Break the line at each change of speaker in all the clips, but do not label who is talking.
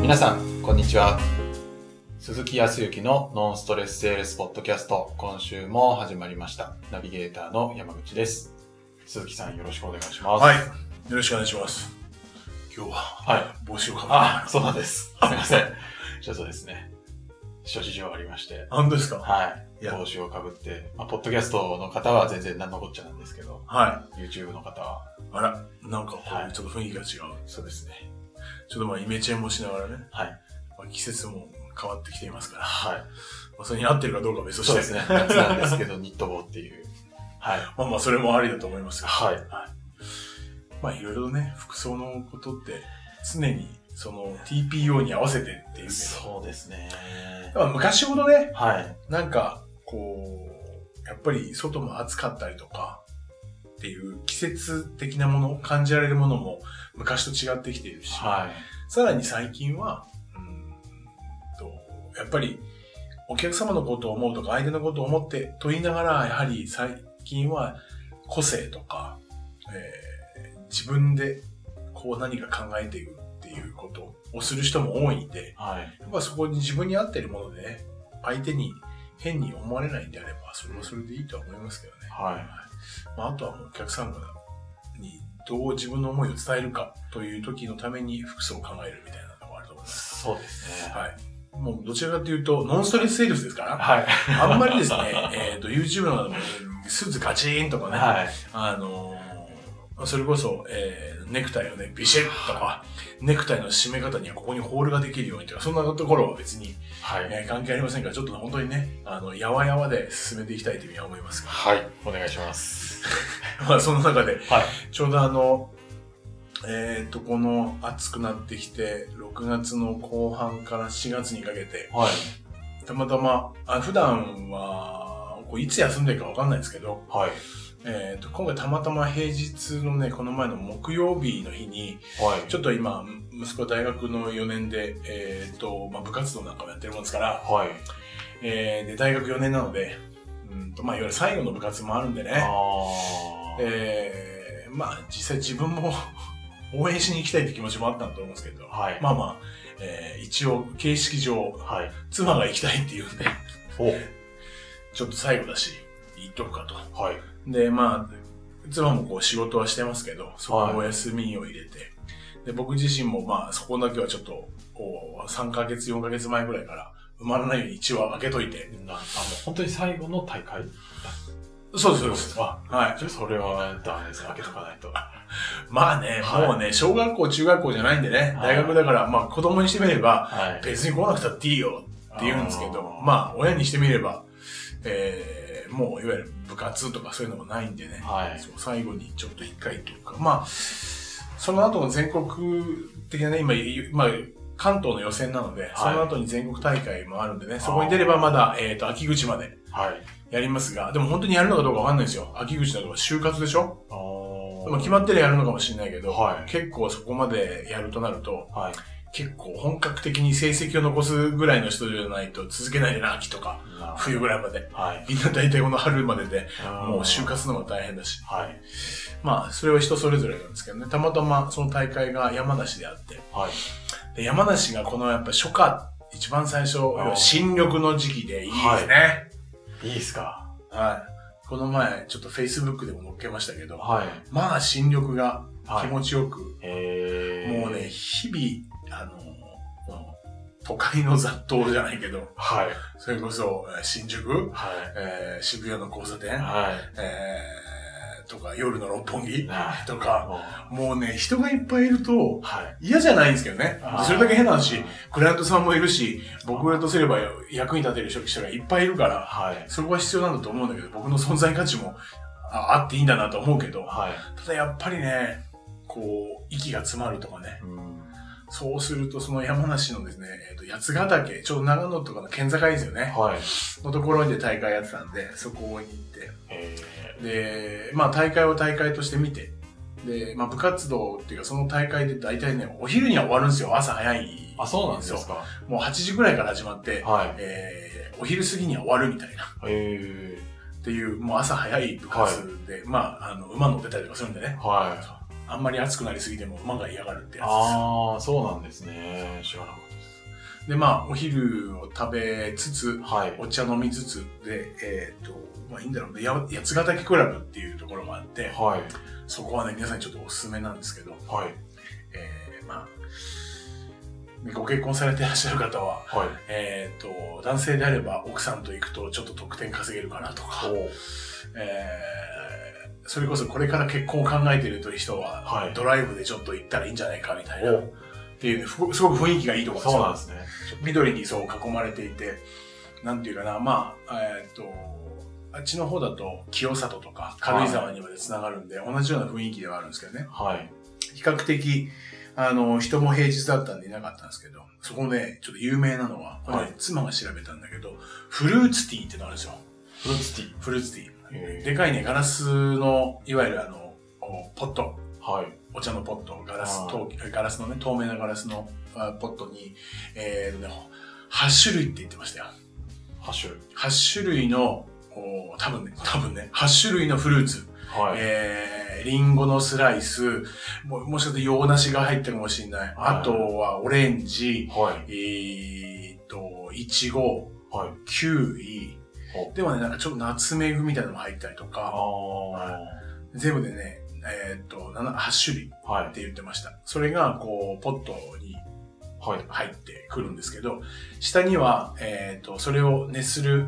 皆さん、こんにちは。鈴木康之のノンストレスセールスポッドキャスト、今週も始まりました。ナビゲーターの山口です。鈴木さん、よろしくお願いします。
はい。よろしくお願いします。今日は
はい。
帽子をかぶって。
あ、そうなんです。すいません。ちょっとですね、諸事情ありまして、
あ、本当ですか
はい。
いや
帽子をかぶって、まあ、ポッドキャストの方は全然何のこっちゃなんですけど、
は。
YouTube の方はい
あら、なんかこ、
はいう
ちょっと雰囲気が違う。
そうですね。
ちょっとまあ、イメチェンもしながらね、
はい。
まあ、季節も変わってきていますから、
はい。
まあ、それに合ってるかどうかは別として。
そうですね。夏なんですけど、ニット帽っていう。はい。
まあまあ、それもありだと思いますが、
はい。
まあ、いろいろね、服装のことって、常に、その、TPO に合わせてっていうけ
そうですね。
ど、まあ、昔ほどね、
はい。
なんか、こう、やっぱり外も暑かったりとか、っていう季節的なもの、感じられるものも昔と違ってきているし、
はい。
さらに最近は、うーんと、やっぱり、お客様のことを思うとか、相手のことを思って、と言いながら、やはり最近は、個性とか、えー自分で、こう何か考えていくっていうことをする人も多いんで、
はい。
やっぱそこに自分に合ってるものでね、相手に変に思われないんであれば、それはそれでいいとは思いますけどね。
はい
まあ、あとはもうお客様にどう自分の思いを伝えるかという時のために服装を考えるみたいなのがあると思います。
そうですね。
はい。もうどちらかというと、ノンストレスセールスですから、
はい。
あんま りですね、 えっと、YouTube などでスーツガチーンとかね、
はい。
あのーそれこそ、えーネクタイをね、ビシッとか、ネクタイの締め方にはここにホールができるようにとか、そんなところは別に、
はい。
えー関係ありませんから、ちょっと本当にね、あの、やわやわで進めていきたいというふうには思いますが、
はい。お願いします。
まあ、その中で、
はい。
ちょうどあの、えーっと、この暑くなってきて、6月の後半から4月にかけて、
はい。
たまたま、あ普段は、こういつ休んでるかわかんないですけど、
はい。
えーっと、今回たまたま平日のね、この前の木曜日の日に、
はい。
ちょっと今、息子は大学の4年で、えーっと、まあ、部活動なんかもやってるもんですから、
はい。
えーで、大学4年なので、うんと、まあ、いわゆる最後の部活もあるんで
あ
ね、えーまあ、実際自分も 応援しに行きたいって気持ちもあったんだと思うんですけど、
あ。はい。
まあまあ、えー一応、形式上、
はい。
妻が行きたいっていうんで、
お。
ちょっと最後だし、行っとくかと。
はい。
で、まあ、妻もこう仕事はしてますけど、そこ
はい
はお休みを入れて、で、僕自身もまあ、そこだけはちょっと、こう、3ヶ月、4ヶ月前ぐらいから、埋まらないように一応開けといて、
なあの、本当に最後の大会
そうです、そうです。
あ、
はい。
じゃあそれはダメです。開けとかないと。は
まあね、
はい
もうね、小学校、中学校じゃないんでね、
はい
大学だから、まあ子供にしてみれば、
い。
別に来なくたっていいよって言うんですけど、
あー
まあ親にしてみれば、えー、もういわゆる部活とかそういうのもないんでね、
はい
そう最後にちょっと一回というか、まあ、その後の全国的なね、今、まあ、関東の予選なので、その後に全国大会もあるんでね、そこに出ればまだ、えっ、と、秋口まで
はい。
やりますが、でも本当にやるのかどうかわかんないですよ。秋口だとか就活でしょ
あー
まあ、決まってりゃやるのかもしれないけど、
はい
結構そこまでやるとなると、
はい。
結構本格的に成績を残すぐらいの人じゃないと続けないでな、秋とか、
なるほ
冬ぐらいまで。
どはい。
みんな大体この春までで、もう就
就活
活の方が大変だし。
はい。
まあ、それは人それぞれなんですけどね。たまたまその大会が山梨であって、
はい。
で山梨がこのやっぱ初夏、一番最初、要は新緑の時期でいいですね。
いいですか
はい。この前、ちょっと Facebook でも載っけましたけど、
はい。
まあ新緑が
はい
気持ちよく、
えー。
もうね、日々、あの、この都会の雑踏じゃないけど、
はい。
それこそえー新宿、
は
えー渋谷の交差
い。
点、
は
えーとか夜の六本
い。
木
なあ
とか、
は
もうね、人がいっぱいいると
い。
嫌じゃないんですけどね。それだけ変な話、クライアントさんもいるし、僕らとすれば役に立てる人がいっぱいいるから、
はい。
そこは必要なんだと思うんだけど、僕の存在価値もああっていいんだなと思うけど、
はい。
ただやっぱりね、こう、息が詰まるとかね、
うん
そうすると、その山梨のですね、えっと八ヶ岳、ちょうど長野とかの県境ですよね、
はい。
のところで大会やってたんで、そこに行って、
え
で、まあ大会を大会として見て、で、まあ部活動っていうか、その大会で大体ね、お昼には終わるんですよ、朝早い。
ー、あ、そうなんです
そ
か。
うもう8時ぐらいから始まって、
はい。
えー、お昼過ぎには終わるみたいな、
え
っていう、もう朝早い部活で、まあ、あの、馬乗ってたりとかするんでね
ー、、はい。
あんまり暑くなりすぎても馬が嫌がるってやつです。
ああ、そうなんですね。知らなかったで
で、まあ、お昼を食べつつ、
はい。
お茶飲みつつで、えっ、と、まあいいんだろうね、や八ヶ岳クラブっていうところがあって、
はい。
そこはね、皆さんにちょっとおすすめなんですけど、
はい。
えー、まあ、ねご結婚されていらっしゃる方は、
はい。
えっ、と、男性であれば奥さんと行くとちょっと得点稼げるかなとか、
お
えー、それこそこれから結婚を考えてるという人は、
はい
ドライブでちょっと行ったらいいんじゃないかみたいな、っ
お
ていうね、ふすごく雰囲気がいいところ
そうなんですね。
緑にそう囲まれていて、なんていうかな、まあ、えーっと、あっちの方だと清里とか軽井沢にまで繋がるんで、同じような雰囲気ではあるんですけどね。
はい。
比較的、あの、人も平日だったんでいなかったんですけど、そこで、ちょっと有名なのは、これね
はい
妻が調べたんだけど、フルーツティーってのあるんですよ。
フルーツティ
フルーツティ
へ
ー。
ー
でかいね、ガラスの、いわゆるあの、おポット、
ー。はい。
お茶のポット、ガラス、
はい
陶器ガラスのね、透明なガラスのあポットに、えーとね、8種類って言ってましたよ。
ハッシュ。
8種類の、お多分ね、多分ね、8種類のフルーツ。
はい。
えー、リンゴのスライス、ももしかして洋梨が入ってるかもしれない。
はい
あとはオレンジ、
はい。
えーっと、いちご、
はい。
キウイ
お。
でもね、なんかちょっとナツメグみたいなのも入ったりと
あ
か、
あ。
全部でね、えーっと、7 8種類っ
はい。
て言ってました。それが、こう、ポットに
はい。
入ってくるんですけど、下には、えーっと、それを熱する、う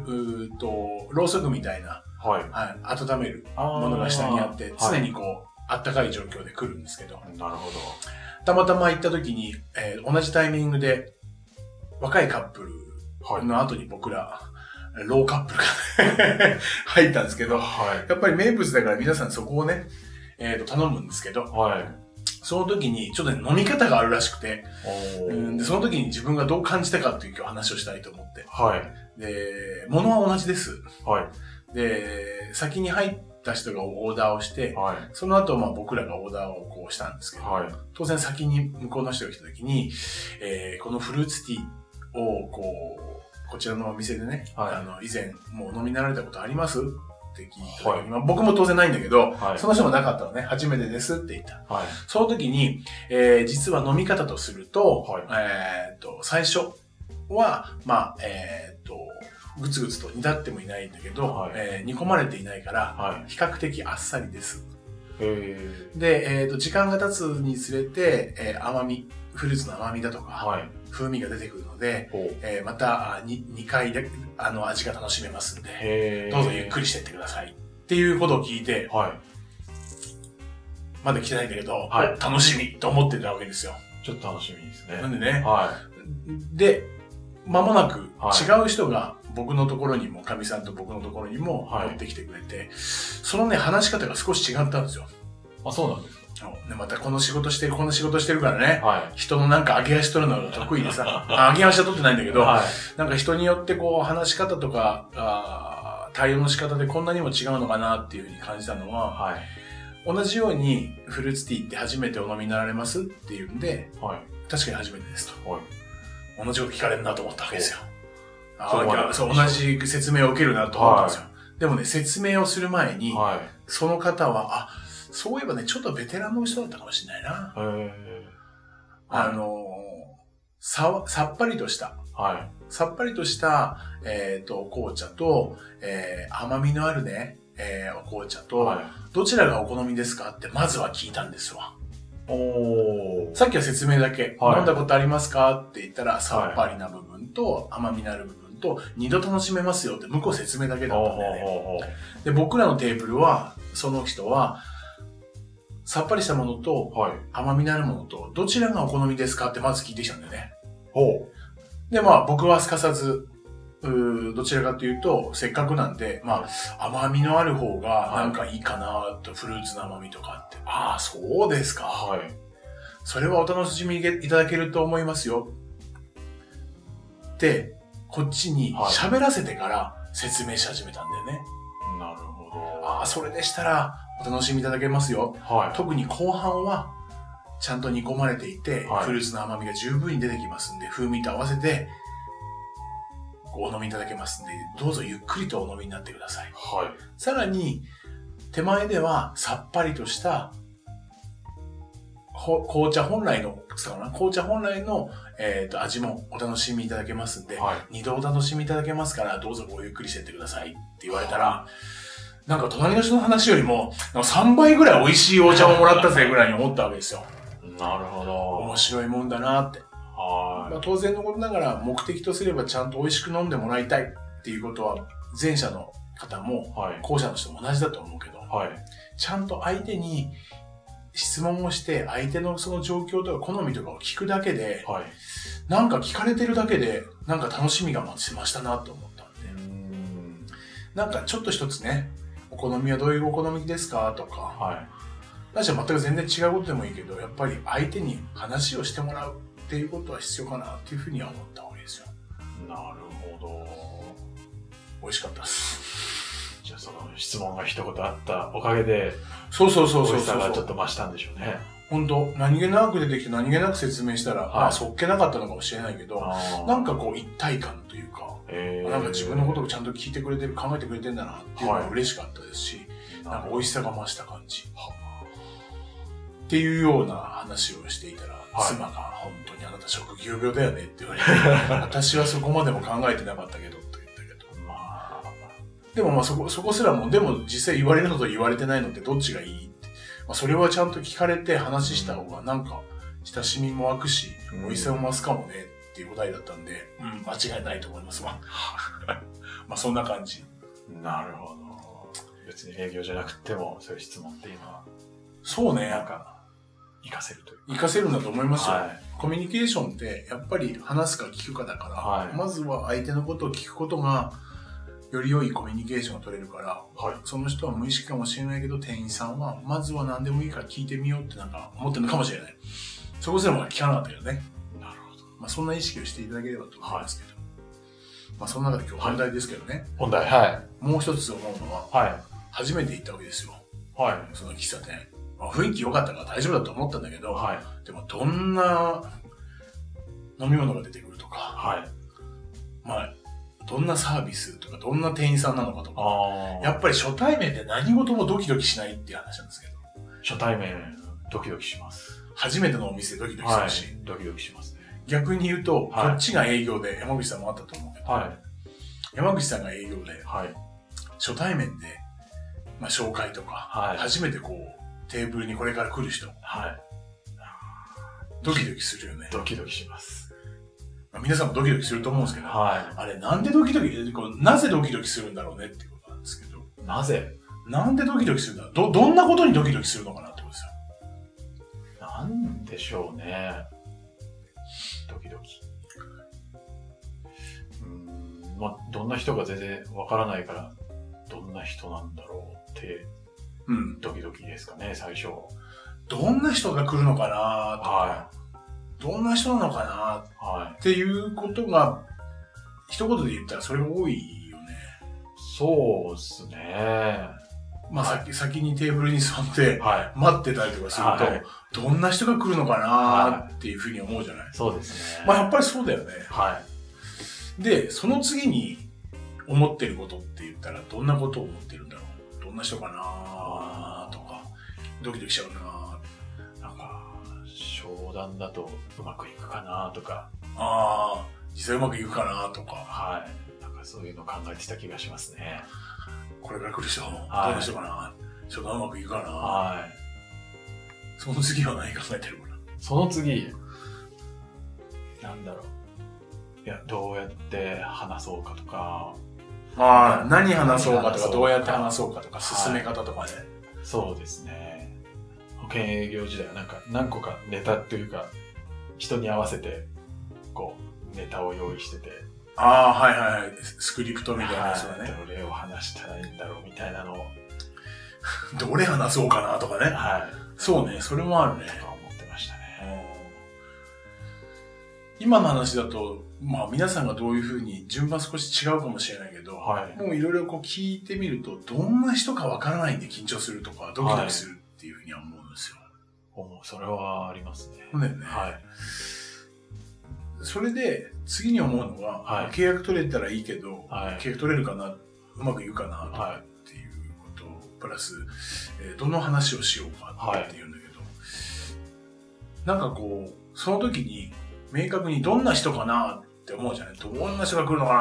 ーっと、ろうそくみたいな、
はい。
はい温める
あー
ものが下にあって、
は
常
い
にこう、あったかい状況で来るんですけど、
なるほど。
たまたま行った時に、えー同じタイミングで、若いカップル
はい。
の後に僕ら、ローカップルが 入ったんですけど、
はい。
やっぱり名物だから皆さんそこをね、えーと頼むんですけど、
はい。
その時にちょっとね飲み方があるらしくて、
お
うんでその時に自分がどう感じたかっていう今日話をしたいと思って。
はい。
で、物は同じです。
は
で、先に入った人がオーダーをして
い。、はい。
その後、まあ僕らがオーダーをこうしたんですけど、
はい。
当然先に向こうの人が来た時に、えーこのフルーツティーをこう、こちらのお店でね、
はい
あの、以前もう飲みなられたことありますって聞いた時に、
はい
まあ僕も当然ないんだけど、
はい
その人もなかったのね、初めてですって言った。
はい。
その時に、えー実は飲み方とすると、
はい
えーっと、最初は、まあ、えーっと、ぐつぐつと煮立ってもいないんだけど、
はい
えー煮込まれていないから、
は
比較的あっさりです。
い。え
で、えー、と時間が経つにつれて、えー甘みフルーツの甘みだとか、
ー。はい。
風味が出てくるので、
お
えーまた 2, 2回であの味が楽しめますんで、
へー。
どうぞゆっくりしていってくださいっていうことを聞いて
は
まだ来てないんだけど、
はい
楽しみと思ってたわけですよ
い。ちょっと楽しみですね。
なん
は
でね
い。
で間もなく
は
違う人が僕のところにもかみさんと僕のところにも
はい
持ってきてくれて、そのね話し方が少し違ったんですよ
あ、そうなんです
あのねまたこの仕事してるこの仕事してるからね、
か。は
人のなんか上げ足取るのが得意 でさ、あ上げ足は取ってないんだけ
い。
ど、
は
なんか人によってこう話し方とか、あー対応の仕方でこんなにも違うのかなっていうふうに感じたの
い。
は、
はい。
同じようにフルーツティーって初めてお飲みになられますっていうんで、
はい。
確かに初めてです
は
と。同じこと聞かれるなと思ったわけですよ。あ
そう
ーじゃあそう同じ説明を受けるなと思ったんですよ。でもね、説明をする前に、
い。はい。
その方は、あ、そういえばね、ちょっとベテランの人だったかもしれないな。
えー。
あのーさわ、さっぱりとした、
はい。
さっぱりとした、えー、と紅茶と、えー甘みのあるね、えーお紅茶と、
はい。
どちらがお好みですかってまずは聞いたんですわ。
おー。
さっきは説明だけ、
はい
飲んだことありますかって言ったら、さっぱりな部分と甘みのある部分と、二度楽しめますよって向こう説明だけだったんだよね。
おーおーおー
で、僕らのテーブルは、その人は、さっぱりしたもの
お
と
ーはい。
甘みのあるものと、どちらがお好みですかってまず聞いてきたんだよね。
おー。
で、まあ僕はすかさず、うーどちらかというと、せっかくなんで、まあ甘みのある方がなんかいいかなと、フルーツの甘みとかって。ああ、そうですか。
はい。
それはお楽しみいただけると思いますよ。って、こっちに
はい
喋らせてから説明し始めたんだよね。
なるほど。
ああ、それでしたらお楽しみいただけますよ。
はい。
特に後半は、ちゃんと煮込まれていて、
はい
フルーツの甘みが十分に出てきますんで、風味と合わせて、お飲みいただけますんで、どうぞゆっくりとお飲みになってください。
はい。
さらに、手前ではさっぱりとした、ほ紅茶本来の、そうかな、紅茶本来の、えっ、と、味もお楽しみいただけますんで、
はい。
二度お楽しみいただけますから、どうぞごゆっくりしてってくださいって言われたら、なんか隣の人の話よりも、なんか3倍ぐらい美味しいお茶をもらったぜぐらいに思ったわけですよ。
なるほ
面
ど。
白いもんだなって。ま
は
あ、当然のことながら、目的とすればちゃんと美味しく飲んでもらいたいっていうことは、前者の方
い。
も、
はい。
後者の人も同じだと思うけど、
はい。
ちゃんと相手に質問をして、相手のその状況とか好みとかを聞くだけで、
はい。
なんか聞かれてるだけで、なんか楽しみが増しましたなと思ったんで、
うん
なんかちょっと一つね、お好みはどういうお好みですかとか、
は
なしは全く全然違うことでもいいけど、やっぱり相手に話をしてもらうっていうことは必要かなっていうふうには思った方がいいですよ。
い。なるほど。
美味しかったです。
じゃあその質問が一言あったおかげで、
そうそう
美
そうそう
味し
そ
さがちょ
う
っ。と増したんでしょうね。
本当何気なく出てきて何気なく説明したら、
はい
まあ、そっけなかったのかもしれないけど、なんかこう一体感というか、なんか自分のことをちゃんと聞いてくれてる、考えてくれてんだなっていうの
は
が
い
嬉しかったですし、
と
なんか美味しさが増した感じ。
は
っていうような話をしていたら、
い
妻が本当にあなた職業病だよねって言われて、 私はそこまでも考えてなかったけどって言ったけど。
まあ、
でもまあそこ、そこすらも、でも実際言われるのと言われてないのってどっちがいいって。まあそれはちゃんと聞かれて話した方がなんか親しみも湧くし、
うん
おいしさも増すかもねっていう答えだったんで、うん、間違いないと思いますわ。 まあそんな感じ。
なるほど。別に営業じゃなくても、そういう質問っていうのは、
そうね、
なんか、活かせるという
活かせるんだと思います
か。
よ。
はい。
コミュニケーションってやっぱり話すか聞くかだから、
はい
まずは相手のことを聞くことがより良いコミュニケーションを取れるから
はい。
その人は無意識かもしれないけど店員さんはまずは何でもいいから聞いてみようってなんか思ってるのかもしれないそこすらも聞かなかったけどね、
なるほど。
まあ、そんな意識をしていただければと思いますけど、まあ、その中で今日本題ですけどね、
本題、はい。
もう一つ思うのは
は
初めて行ったわけですよ
い。は
その喫茶店、まあ、雰囲気良かったから大丈夫だと思ったんだけ
い。
ど、
はい。
でもどんな飲み物が出てくるとか
はい。
まあ、どんなサービスとか、どんな店員さんなのかとか、
あ
や
や
っぱり初対面で何事もドキドキしないっていう話なんですけど、
初対面、ドキドキします。
初めてのお店でドキドキするし、
ドキドキしますね。
逆に言うと、
はい
こっちが営業で、山口さんもあったと思うけど、
はい。
山口さんが営業で、
はい。
初対面で、まあ、紹介とか、
はい
初めてこう、テーブルにこれから来る人、
はい。
ドキドキするよね。
ドキドキします。
まあ皆さんもドキドキすると思うんですけど、
は
あれ、なんでドキドキ、こうなぜドキドキするんだろうねっていうことなんですけど、
い。なぜ
なんでドキドキするんだろうど、どんなことにドキドキするのかなってことですよ。
なんでしょうね。ドキドキ。うーん、まあ、どんな人か全然わからないから、どんな人なんだろうって、
うん。
ドキドキですかね、最初。
どんな人が来るのかなと
は。
どんな人なのかない
はい。
っていうことが、一言で言ったらそれが多いよね。
そうっすね。
ま
は
あ、
い
先先にテーブルに座って
は
待ってたりとかすると、
はい
どんな人が来るのかなっていうふうに思うじゃない、
い。そうですね。
まあやっぱりそうだよね。
は。
で、その次に思ってることって言ったらどんなことを思ってるんだろうどんな人かなとか、ドキドキしちゃうない
なんか、商談だとうまくいくかなとか、
あー実際うまくいくかなとか。
はい。なんかそういうの考えてた気がしますね。
これから来る人、どう
い
な人かな、人がうまくいくかな、
はい。
その次は何考えてるかな。
その次、なんだろう。いや、どうやって話そうかとか、
あ
あー
何話そうか
何話
と
そう
か、
か
どうやって話そうかとか、
はい
進め方とかね。
そうですね。保険営業時代はなんか何個かネタというか、人に合わせて、こう、ネタを用意してて、
ああ、はいはいはい。スクリプトみたいなやつだね。
はいどれを話したらいいんだろうみたいなのを、
どれ話そうかなとかね。
は
そうね、それもある
い、
ね
と。か思ってましたね。
今の話だと、まあ皆さんがどういうふうに、順番少し違うかもしれないけど、
はい。
もういろいろこう聞いてみると、どんな人かわからないんで緊張するとか、ドキドキするっていうふうには思うんですよ。
思う。それはありますね。
そうだよね。
はい。
それで次に思うのが、
はい
契約取れたらいいけど、
はい
契約取れるかなうまくいくかなと
は
かっていうこと、プラス、えーどの話をしようかって言うんだけど、なんかこう、その時に、明確にどんな人かなって思うじゃないどんな人が来るのか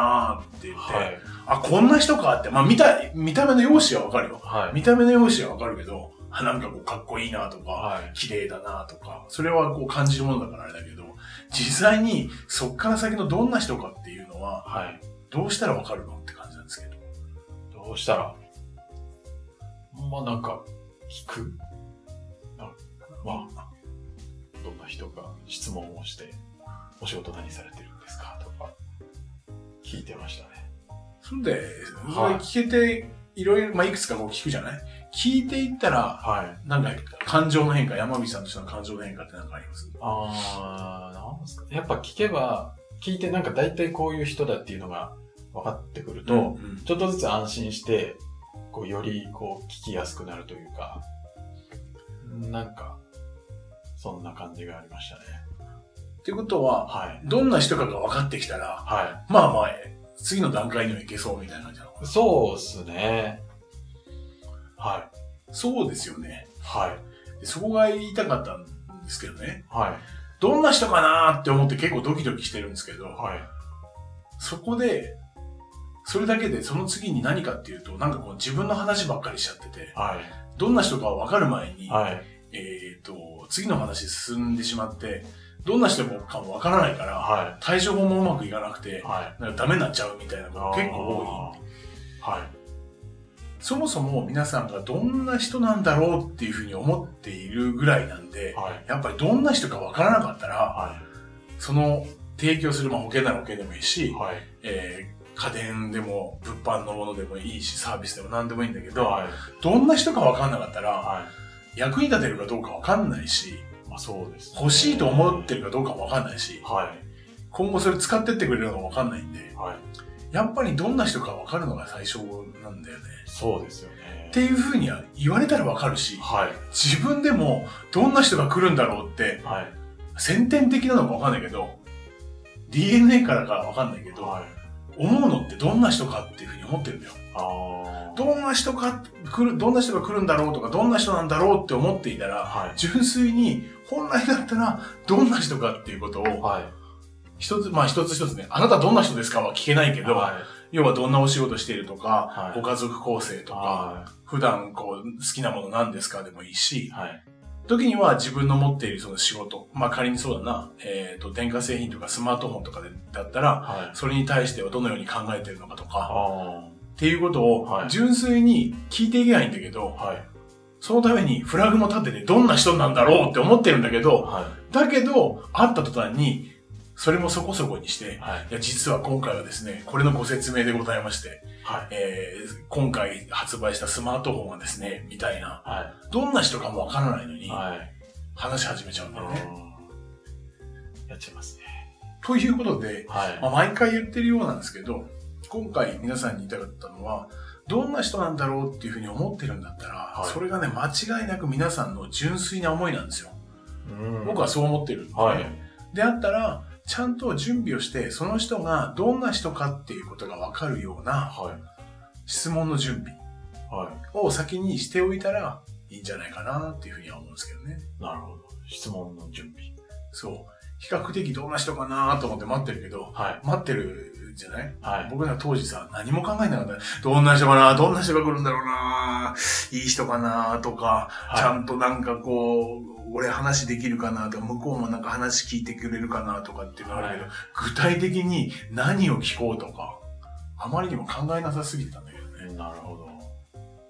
なって言って、
はい。
あ、こんな人かって、まあ見た、見た目の容姿はわかるよ。
はい。
見た目の容姿はわかるけど、あ、なんかこう、かっこいいなとか、
はい。
綺麗だなとか、それはこう感じるものだからあれだけど、実際にそっから先のどんな人かっていうのは、
はい。
どうしたらわかるのって感じなんですけど。
どうしたら、まあなんか、聞くあまあ、どんな人が質問をして、お仕事何されてるんですかとか、聞いてましたね。
そんで、
はい
聞けて、いろいろ、まあ、いくつかこう聞くじゃない聞いていったら、
はい。
なんか感情の変化、山口さんとしての感情の変化って何かあります
あー、なんすか。やっぱ聞けば、聞いてなんか大体こういう人だっていうのが分かってくると、
うん
ちょっとずつ安心して、こう、より、こう、聞きやすくなるというか、なんか、そんな感じがありましたね。
ってことは、
はい。
どんな人かが分かってきたら、
は
まあまあ、次の段階にはいけそうみたいな感じなのか
い。
な
そうっすね。は
そうですよね
い。。はい。
でそこが言いたかったんですけどね。
は
どんな人かなーって思って結構ドキドキしてるんですけど、
い。はい。
そこで、それだけでその次に何かっていうと、なんかこう自分の話ばっかりしちゃってて、
はい。
どんな人か分かる前に、
はい。
えっ、と、次の話進んでしまって、どんな人かも分からないから、
は
対処法もうまくいかなく
い。
て、
はい。
なんかダメになっちゃうみたいなこと結構多い。
い。はい。
そもそも皆さんがどんな人なんだろうっていうふうに思っているぐらいなんで、
はい。
やっぱりどんな人か分からなかったら、
は
その提供する、まあ、保険なら保険でもいい
い。
し、
はい。
えー家電でも物販のものでもいいし、サービスでも何でもいいんだけど、
はい。
どんな人か分かんなかったら、
は
役に立てるかどうか分かんないし、
い。まあそうです、
欲しいと思ってるかどうか分かんないし、
は
今後それ使ってってくれるのか分かんないんで
い。、はい。
やっぱりどんな人か分かるのが最初なんだよね。
そうですよね
っ。ていうふうには言われたら分かるし、
はい。
自分でもどんな人が来るんだろうって、
はい。
先天的なのか分かんないけど、DNA からか分かんないけど、
はい。
思うのってどんな人かっていうふうに思ってるんだよ。
あー。
どんな人か、来る、どんな人が来るんだろうとか、どんな人なんだろうって思っていたら、
は
純粋に、本来だったら、どんな人かっていうこと
い。
を、
はい。
一つ、まあ一つ一つね、あなたどんな人ですかは聞けないけど、
はい。
要はどんなお仕事していると
は、
か
い
ご家族構成とか、
は
普段こう、好きなもの何ですかでもいいし
い。、はい。
時には自分の持っているその仕事、まあ仮にそうだな、えっ、と、電化製品とかスマートフォンとかでだったら、
はい。
それに対してはどのように考えているのかとか、
あ
っていうことを
はい
純粋に聞いていけないんだけど、
あ。はい。
そのためにフラグも立ててどんな人なんだろうって思ってるんだけど、
は
だけど会った途端にそれもそこそこにして
い。、はい。
いや実は今回はですね、これのご説明でございまして、
はい。
えー今回発売したスマートフォンはですね、みたいな、
は
どんな人かもわからないの
い。
に
はい。
話し始めちゃうんだよね。
やっちゃいますね。
ということで、
はい
まあ、。毎回言ってるようなんですけど、今回皆さんに言いたかったのは、どんな人なんだろうっていうふうに思ってるんだったら、
い
それがね、間違いなく皆さんの純粋な思いなんですよ。
うん
僕はそう思ってるんですね、
はい。
であったら、ちゃんと準備をして、その人がどんな人かっていうことがわかるような
はい。
質問の準備
は
を先にしておいたらいいんじゃないかなっていうふうには思うんですけどね。
い。なるほど。質問の準備。
そう。比較的どんな人かなと思って待ってるけど、
はい。
待ってるじゃない
はい。
僕ら当時さ、何も考えなかった。どんな人かなどんな人が来るんだろうないい人かなとか、
はい
ちゃんとなんかこう、俺話できるかなとか、向こうもなんか話聞いてくれるかなとかっていうのがあるけど、具体的に何を聞こうとか、あまりにも考えなさすぎてたんだけどね。
なるほど。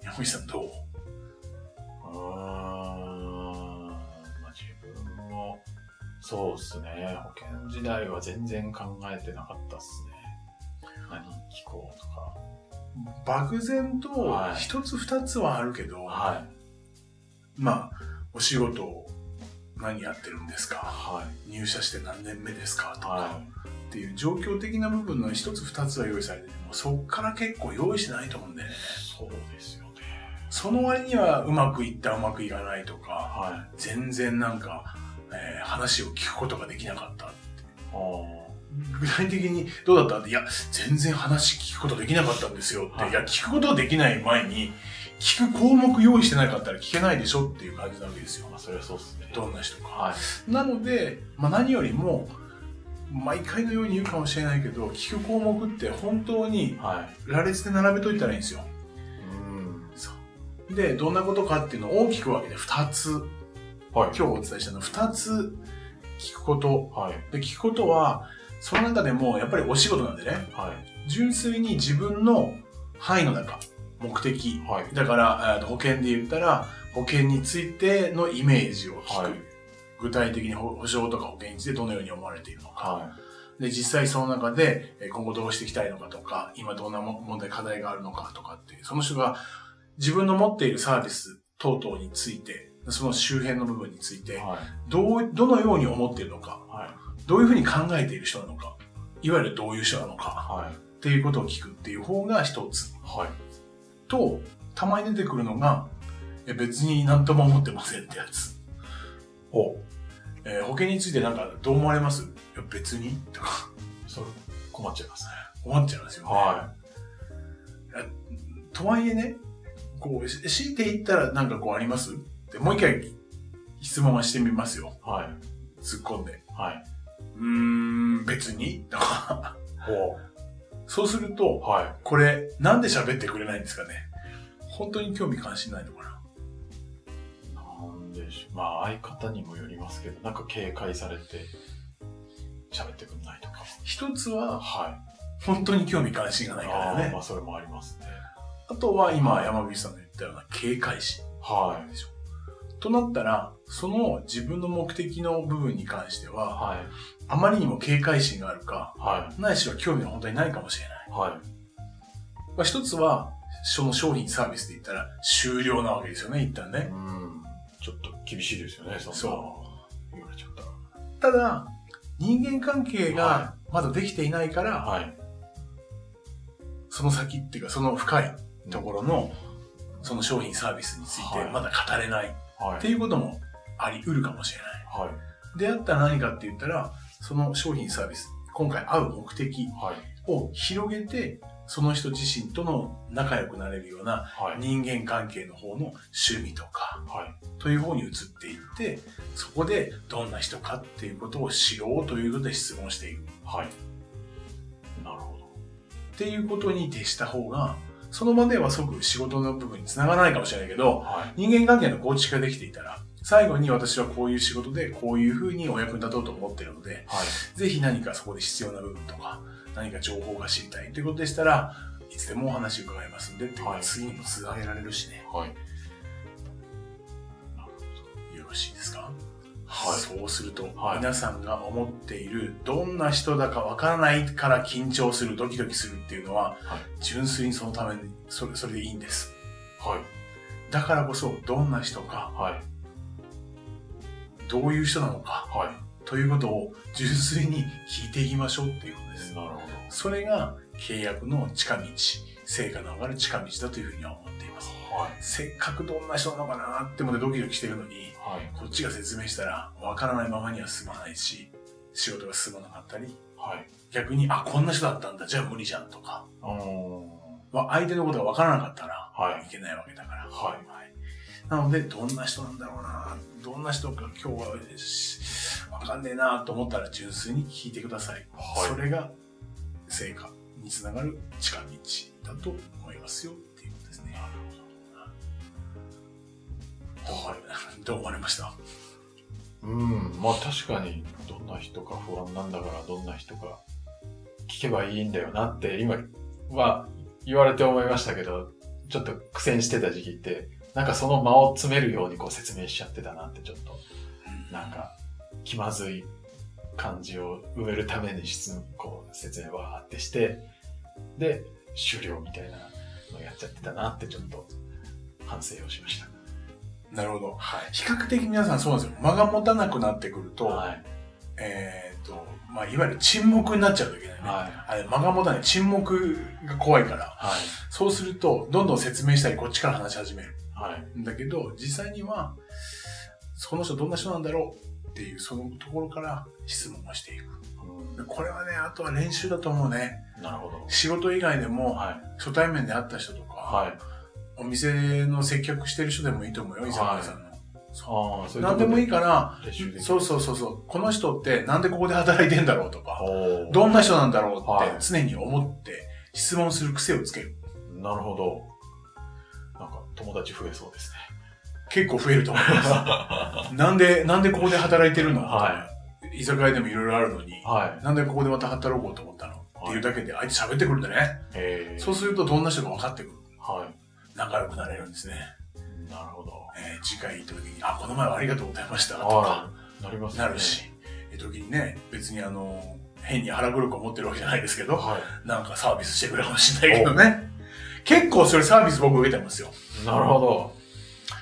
山口さんどう
うーん。まあ自分も、そうっすね。保険時代は全然考えてなかったっすね。何聞こうとか。
漠然と
はい
一つ二つはあるけど、
はい。
まあ、お仕事何やってるんですか
はい。
入社して何年目ですかとか、
は
っていう状況的な部分の一つ二つは用意されててもそっから結構用意してないと思うんだよね
い。そうですよね。
その割にはうまくいったうまくいかないとか
はい。
全然なんか、えー話を聞くことができなかった
ああ。
具体的にどうだったっていや全然話聞くことできなかったんですよって、
はい
い、や聞くことできない前に聞く項目用意してなかったら聞けないでしょっていう感じなわけですよ。
まあ、それはそうですね。
どんな人か。
はい。
なので、まあ、何よりも、毎回のように言うかもしれないけど、聞く項目って本当に
は
羅列で並べといたらいいんですよ。
い。うん。
で、どんなことかっていうのを大きく分けて2つ、
はい。
今日お伝えしたの2つ聞くこと。
はい。
で、聞くことは、その中でもやっぱりお仕事なんでね、
はい。
純粋に自分の範囲の中、目的。
はい。
だから、えーと保険で言ったら、保険についてのイメージを聞く。
はい
具体的に保保証とか保険についてどのように思われているのか。
は
で、実際その中で、えー今後どうしていきたいのかとか、今どんなも問題、課題があるのかとかって、その人が自分の持っているサービス等々について、その周辺の部分につい
い。
て、
はい。
どう、どのように思っているのか、
はい。
どういうふうに考えている人なのか、いわゆるどういう人なのか、
はい。
っていうことを聞くっていう方が一つ。
はい。
と、たまに出てくるのが、え別に何とも思ってませんってやつ。
お、
えー保険についてなんかどう思われますいや別にとか
それ、困っちゃいますね。
思っちゃいますよね。
は
とはいえね、こう、し強いて言ったらなんかこうありますって、もう一回質問はしてみますよ。
い。はい。
突っ込んで。
はい。
うーん、別にとか。そうする
お、
と、
は。
これ、なんで喋ってくれないんですかね本当に興味関心ないのかない
なんでしょう。まあ、相方にもよりますけど、なんか警戒されて、喋ってくんないとか。
一つは、
はい。
本当に興味関心がないから
あー
ね
ま。あ、それもありますね。
あとは、今、山口さんの言ったような警戒心
はい。
でしょ。となったら、その自分の目的の部分に関しては、
はい。
あまりにも警戒心があるか、
は
ないしは興味が本当にないかもしれない。
い。はい。
まあ、一つは、その商品サービスで言ったら終了なわけですよね、一旦ね。
うん。ちょっと厳しいですよね、そんな。う。言われちゃったら。
ただ、人間関係が
は
まだできていないから、
はい。
その先っていうか、その深いところの、その商品サービスについて
はい
まだ語れない
は
って
い。
いうこともあり得るかもしれない。
はい。
であったら何かって言ったら、その商品サービス、今回会う目的
はい。
を広げて、その人自身との仲良くなれるような
はい。
人間関係の方の趣味とか、
はい。
という方に移っていってそこでどんな人かっていうことを知ろうということで質問していくっ
はい。なるほど。
ていうことに徹した方がその場では即仕事の部分につながらないかもしれないけど
はい。
人間関係の構築ができていたら最後に私はこういう仕事でこういうふうにお役に立とうと思っているので
はい。
ぜひ何かそこで必要な部分とか何か情報が知りたいということでしたらいつでもお話伺いますんでっていうのは
はい
次にもつなげられるしね、
はい。
よろしいですか
はい
そうすると、
はい
皆さんが思っているどんな人だかわからないから緊張するドキドキするっていうのは、
は
純粋にそのためにそれそれでいいんです
はい。
だからこそどんな人か
はい。
どういう人なのか
はい。
ということを純粋に聞いていきましょうっていうことです
なるほ
それが契約の近道成果の上がる近道だというふうには思っています
ど。はい。
せっかくどんな人なのかなって思ってドキドキしてるのに
はい。
こっちが説明したらわからないままには進まないし仕事が進まなかったり
はい。
逆に、あ、こんな人だったんだ、じゃあ無理じゃんとか、
うーん。
まあ相手のことが分からなかったら、
はい
いけないわけだから。。
はい
なので、どんな人なんだろうな、どんな人か今日はし分かんねえなと思ったら純粋に聞いてください。
はい
それが成果につながる近道だと思いますよっていうことですね。どう思われどう思われました
うん。まあ確かに、どんな人か不安なんだから、どんな人か聞けばいいんだよなって、今は言われて思いましたけど、ちょっと苦戦してた時期って、なんかその間を詰めるようにこう説明しちゃってたなって、ちょっと、なんか気まずい感じを埋めるために質こう説明わーってして、で、終了みたいなのやっちゃってたなってちょっと反省をしました。
なるほど。
はい。
比較的皆さんそうなんですよ。間が持たなくなってくると、
はい。
えー、と、まあ、いわゆる沈黙になっちゃうといけないね。
はい
あれ、間が持たない。沈黙が怖いから。
はい。
そうすると、どんどん説明したり、こっちから話し始める。
はい。
んだけど、実際には、その人どんな人なんだろうっていう、そのところから質問をしていく。でこれはね、あとは練習だと思うね。
なるほど。
仕事以外でも、
はい。
初対面で会った人とか、
はい。
お店の接客してる人でもいいと思うよ、
はい
居酒屋さんの。
ああ、そ
何でもいい
か
から、
ら。練習でき
そうそうそうそう、この人ってなんでここで働いてんだろうとか、
おー
どんな人なんだろうっ
は
て
い
常に思って質問する癖をつける。
なるほど。なんか友達増えそうですね。
結構増えると思い ます。なんで、なんでここで働いてるの、
は
居酒屋でもいろいろあるのに、
はい。
なんでここでまた働こうと思ったのっていうだけで、あいつ喋ってくるんだね。
えー、
そうするとどんな人か分かってくる。
は
仲良くなれるんですね。
い。なるほど。
えー次回行った時に、あ、この前はありがとうございましたとか
は、い。なりますね。
なる。し、えー時にね、別にあの、変に腹黒く思ってるわけじゃないですけど、
は
なんかサービスしてくれるかもしれないけどね。結構それサービス僕受けてますよ。
い。なるほど。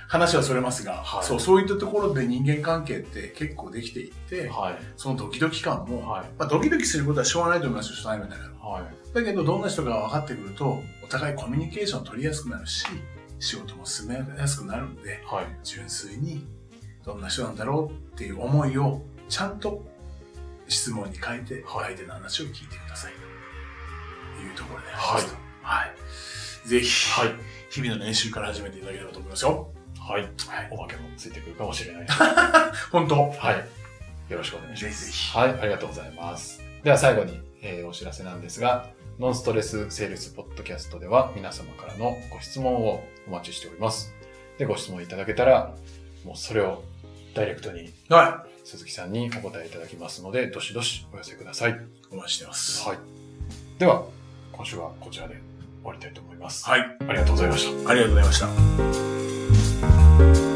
話はそれますが、
はい
そう、そういったところで人間関係って結構できていって、
はい。
そのドキドキ感も、
はい。
まあドキドキすることはしょうがないと思いますよ、初対面だから。
はい。
だけど、どんな人が分かってくると、お互いコミュニケーション取りやすくなるし、仕事も進めやすくなるんで、
はい。
純粋に、どんな人なんだろうっていう思いを、ちゃんと質問に変えて、相手の話を聞いてください。というところでありますと。はい。ぜひ、
はい。
日々の練習から始めていただければと思いますよ。
はい。
はい。
おまけもついてくるかもしれ ないです。
本当。
はい。よろしくお願いします。
ぜひぜひ
はい、ありがとうございます。では最後に、えーお知らせなんですが、ノンストレスセールスポッドキャストでは皆様からのご質問をお待ちしております。で、ご質問いただけたら、もうそれをダイレクトに
は。
鈴木さんにお答えいただきますので、どしどしお寄せください。はい
お待ちしてます。
い。では、今週はこちらで終わりたいと思います。
はい。
ありがとうございました。
ありがとうございました。